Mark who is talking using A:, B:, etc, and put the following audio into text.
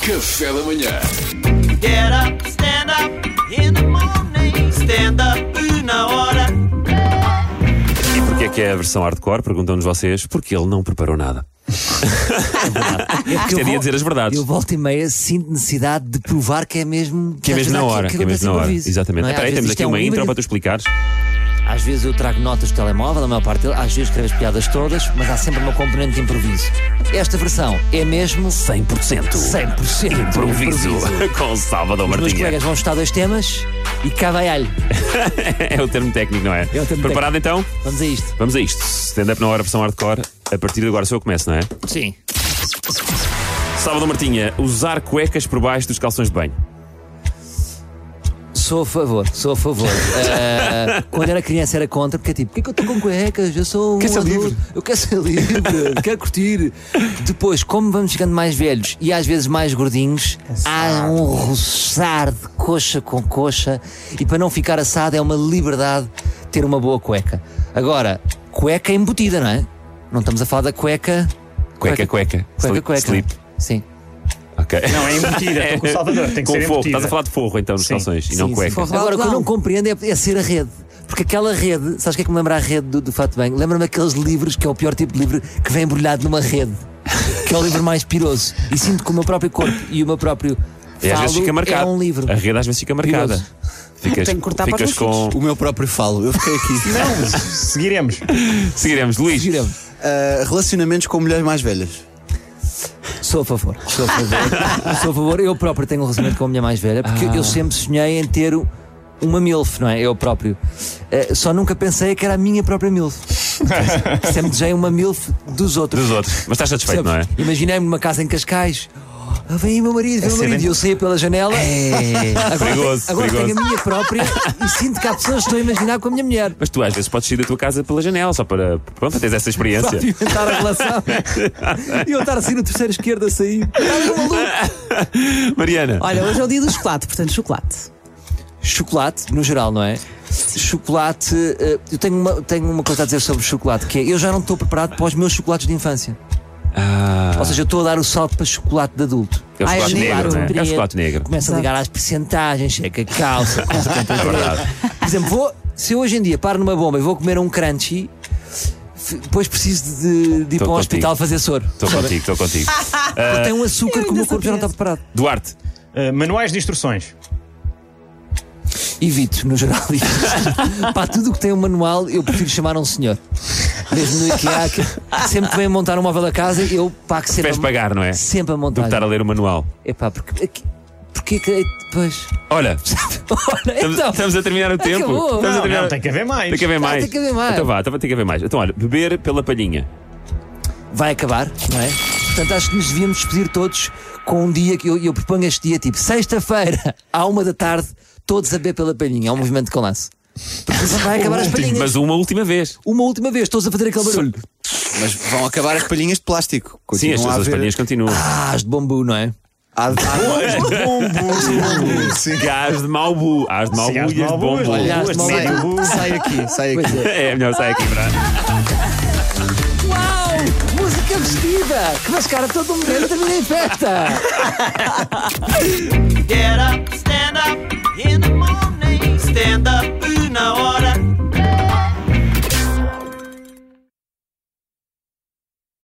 A: Café da manhã.
B: Get up, stand up in the morning. Stand up na hora.
C: E porquê é que é a versão hardcore? Perguntam-nos vocês. Porque ele não preparou nada.
D: Porque eu
C: Queria
D: vol-
C: é dizer as verdades.
D: Eu volto e meia sinto necesade de provar que é mesmo.
C: Que é mesmo na hora. Que é
D: um
C: mesmo na hora. Exatamente. Ah, peraí, temos aqui uma intro para tu explicares.
D: é Às vezes eu trago notas de telemóvel, a maior parte dele, às vezes escrevo as piadas todas, mas há sempre uma componente de improviso. Esta versão é mesmo 100%. 100%
C: Improviso com Salvador
D: Os meus
C: Martinha.
D: colegas vão estar dois temas e cá vai alho.
C: É o termo técnico, não é?
D: É o termo
C: Preparado então?
D: Vamos a isto.
C: Vamos a isto. Stand-up na hora, versão hardcore. A partir de agora sou eu que começo, não é?
D: Sim.
C: Salvador Martinha, usar cuecas por baixo dos calções de banho.
D: Sou a favor, sou a favor. Eh, quando era criança era contra, porque é tipo, porquê que eu estou com cuecas? Eu sou um
C: Quer ser
D: adulto,
C: livre.
D: Eu quero ser livre, quero curtir. Depois, como vamos ficando mais velhos e às vezes mais gordinhos,
C: É
D: há um roçar de coxa com coxa e para não ficar assado é uma liberdade ter uma boa cueca. Agora, cueca embutida, não é? Não estamos a falar da cueca.
C: Cueca, cueca.
D: Cueca,
C: Slip,
D: cueca.
C: Slip.
D: Sim.
C: Ok.
E: Não, é embutida, estou com o Salvador, tem que
C: Com
E: ser
C: forro.
E: embutida.
C: Estás a falar de forro então, nos
E: Sim.
C: calções e não
D: Sim,
C: cueca.
D: sim. Agora, o que eu não compreendo é, é ser a rede. Porque aquela rede, sabes o que é que me lembra a rede do, do Fato Bem? Lembra-me aqueles livros, que é o pior tipo de livro, que vem embrulhado numa rede. Que é o livro mais piroso. E sinto que o meu próprio corpo e o meu próprio
C: E às
D: falo
C: vezes fica
D: é
C: marcado.
D: um livro.
C: A rede às vezes fica marcada.
D: Piroso.
C: Ficas,
F: Tenho que cortar para os
C: ficas
F: meus
C: com.
G: O meu próprio falo, eu fiquei aqui.
E: Seguiremos.
C: Seguiremos, Luís.
D: Giramos.
G: Ah, relacionamentos com mulheres mais velhas.
D: Sou a favor, sou a favor. sou a favor. Eu próprio tenho um relacionamento com a minha mais velha, porque
C: Ah.
D: eu sempre sonhei em ter o- uma MILF, não é? Eu próprio. Eh, só nunca pensei que era a minha própria MILF. sempre desejei uma MILF dos outros.
C: Dos outros. Mas estás satisfeito, não é?
D: Percebes? Imaginei-me numa casa em Cascais. Ah, Vem aí meu marido, vem o meu marido. E eu saía pela janela. Agora,
C: É. Perigoso,
D: agora
C: perigoso.
D: tenho a minha própria e sinto que há pessoas que estou a imaginar com a minha mulher.
C: Mas tu às vezes podes sair da tua casa pela janela, só para. Pronto, para teres essa
D: Para
C: experiência.
D: apimentar a relação. e eu estar assim no terceiro esquerdo a sair. Olha, um maluco.
C: Mariana,
F: Olha, hoje é o dia do chocolate, portanto, chocolate.
D: Chocolate, no geral, não é? Chocolate. eh, eu tenho uma, tenho uma coisa a dizer sobre chocolate, que é eu já não estou preparado para os meus chocolates de infância.
C: Ah.
D: Ou seja, eu estou a dar o salto para chocolate de adulto.
C: é o
F: Ai,
C: chocolate
F: sim,
C: negro,
F: claro,
C: não é? É o
F: preto.
C: chocolate negro.
D: Começa a ligar às percentagens, checa a calça, coisa que
C: É verdade.
D: Por exemplo, vou- se eu hoje em dia paro numa bomba e vou comer um crunchy, f- depois preciso de, de ir
C: Tô contigo.
D: para um
C: Ah.
D: hospital fazer soro.
C: Estou contigo, estou contigo.
D: Porque tem um açúcar
F: Eu
D: que o meu
F: ainda
D: corpo já não está
F: surpreendo.
D: preparado.
C: Duarte,
E: Uh, manuais de instruções.
D: Evito, no geral, evito. Para tudo o que tem um manual, eu prefiro chamar um senhor. Mesmo no IKEA, que sempre que vem montar um móvel a casa, eu pago sempre.
C: vais
D: a-
C: pagar, não é?
D: Sempre a
C: Do que estar a
D: montar.
C: ler o manual.
D: É pá, porque. aqui- Porque que. é, Pois.
C: Olha,
D: Olha,
C: estamos,
D: então.
C: estamos a terminar o tempo.
D: Acabou.
C: Estamos a
E: Não,
C: terminar...
E: não, tem que haver mais.
C: Tem que haver mais.
D: tem que haver mais.
C: Então vá, então tem que haver mais. Então olha, beber pela palhinha.
D: vai acabar, não é? Portanto, acho que nos devíamos despedir todos com um dia que eu, eu proponho este dia, tipo sexta-feira, à uma da tarde, todos a beber pela palhinha. É um movimento que eu lanço. Porque só vai acabar as palhinhas.
C: Mas uma última vez.
D: Uma última vez, todos a fazer aquele barulho.
G: Mas vão acabar as palhinhas de plástico.
C: Sim, as
G: Continuam a
C: as
G: haver.
C: palhinhas continuam.
D: Ah, as de bambu, não é?
G: Há- há- Sim.
C: Gás de Maubu, as de Maubu
E: Sim,
C: e
E: há
C: as
E: as
C: de
E: malbuas,
C: Bombo.
D: Olha,
E: malbuas de
D: as
E: médio bu.
G: Sai aqui, sai aqui.
D: Pois é.
C: É melhor sair aqui, Brás.
D: Uau! Música vestida! Que mascara todo mundo eu terminei em festa!
B: Get up, stand up in the morning. Stand up na hora.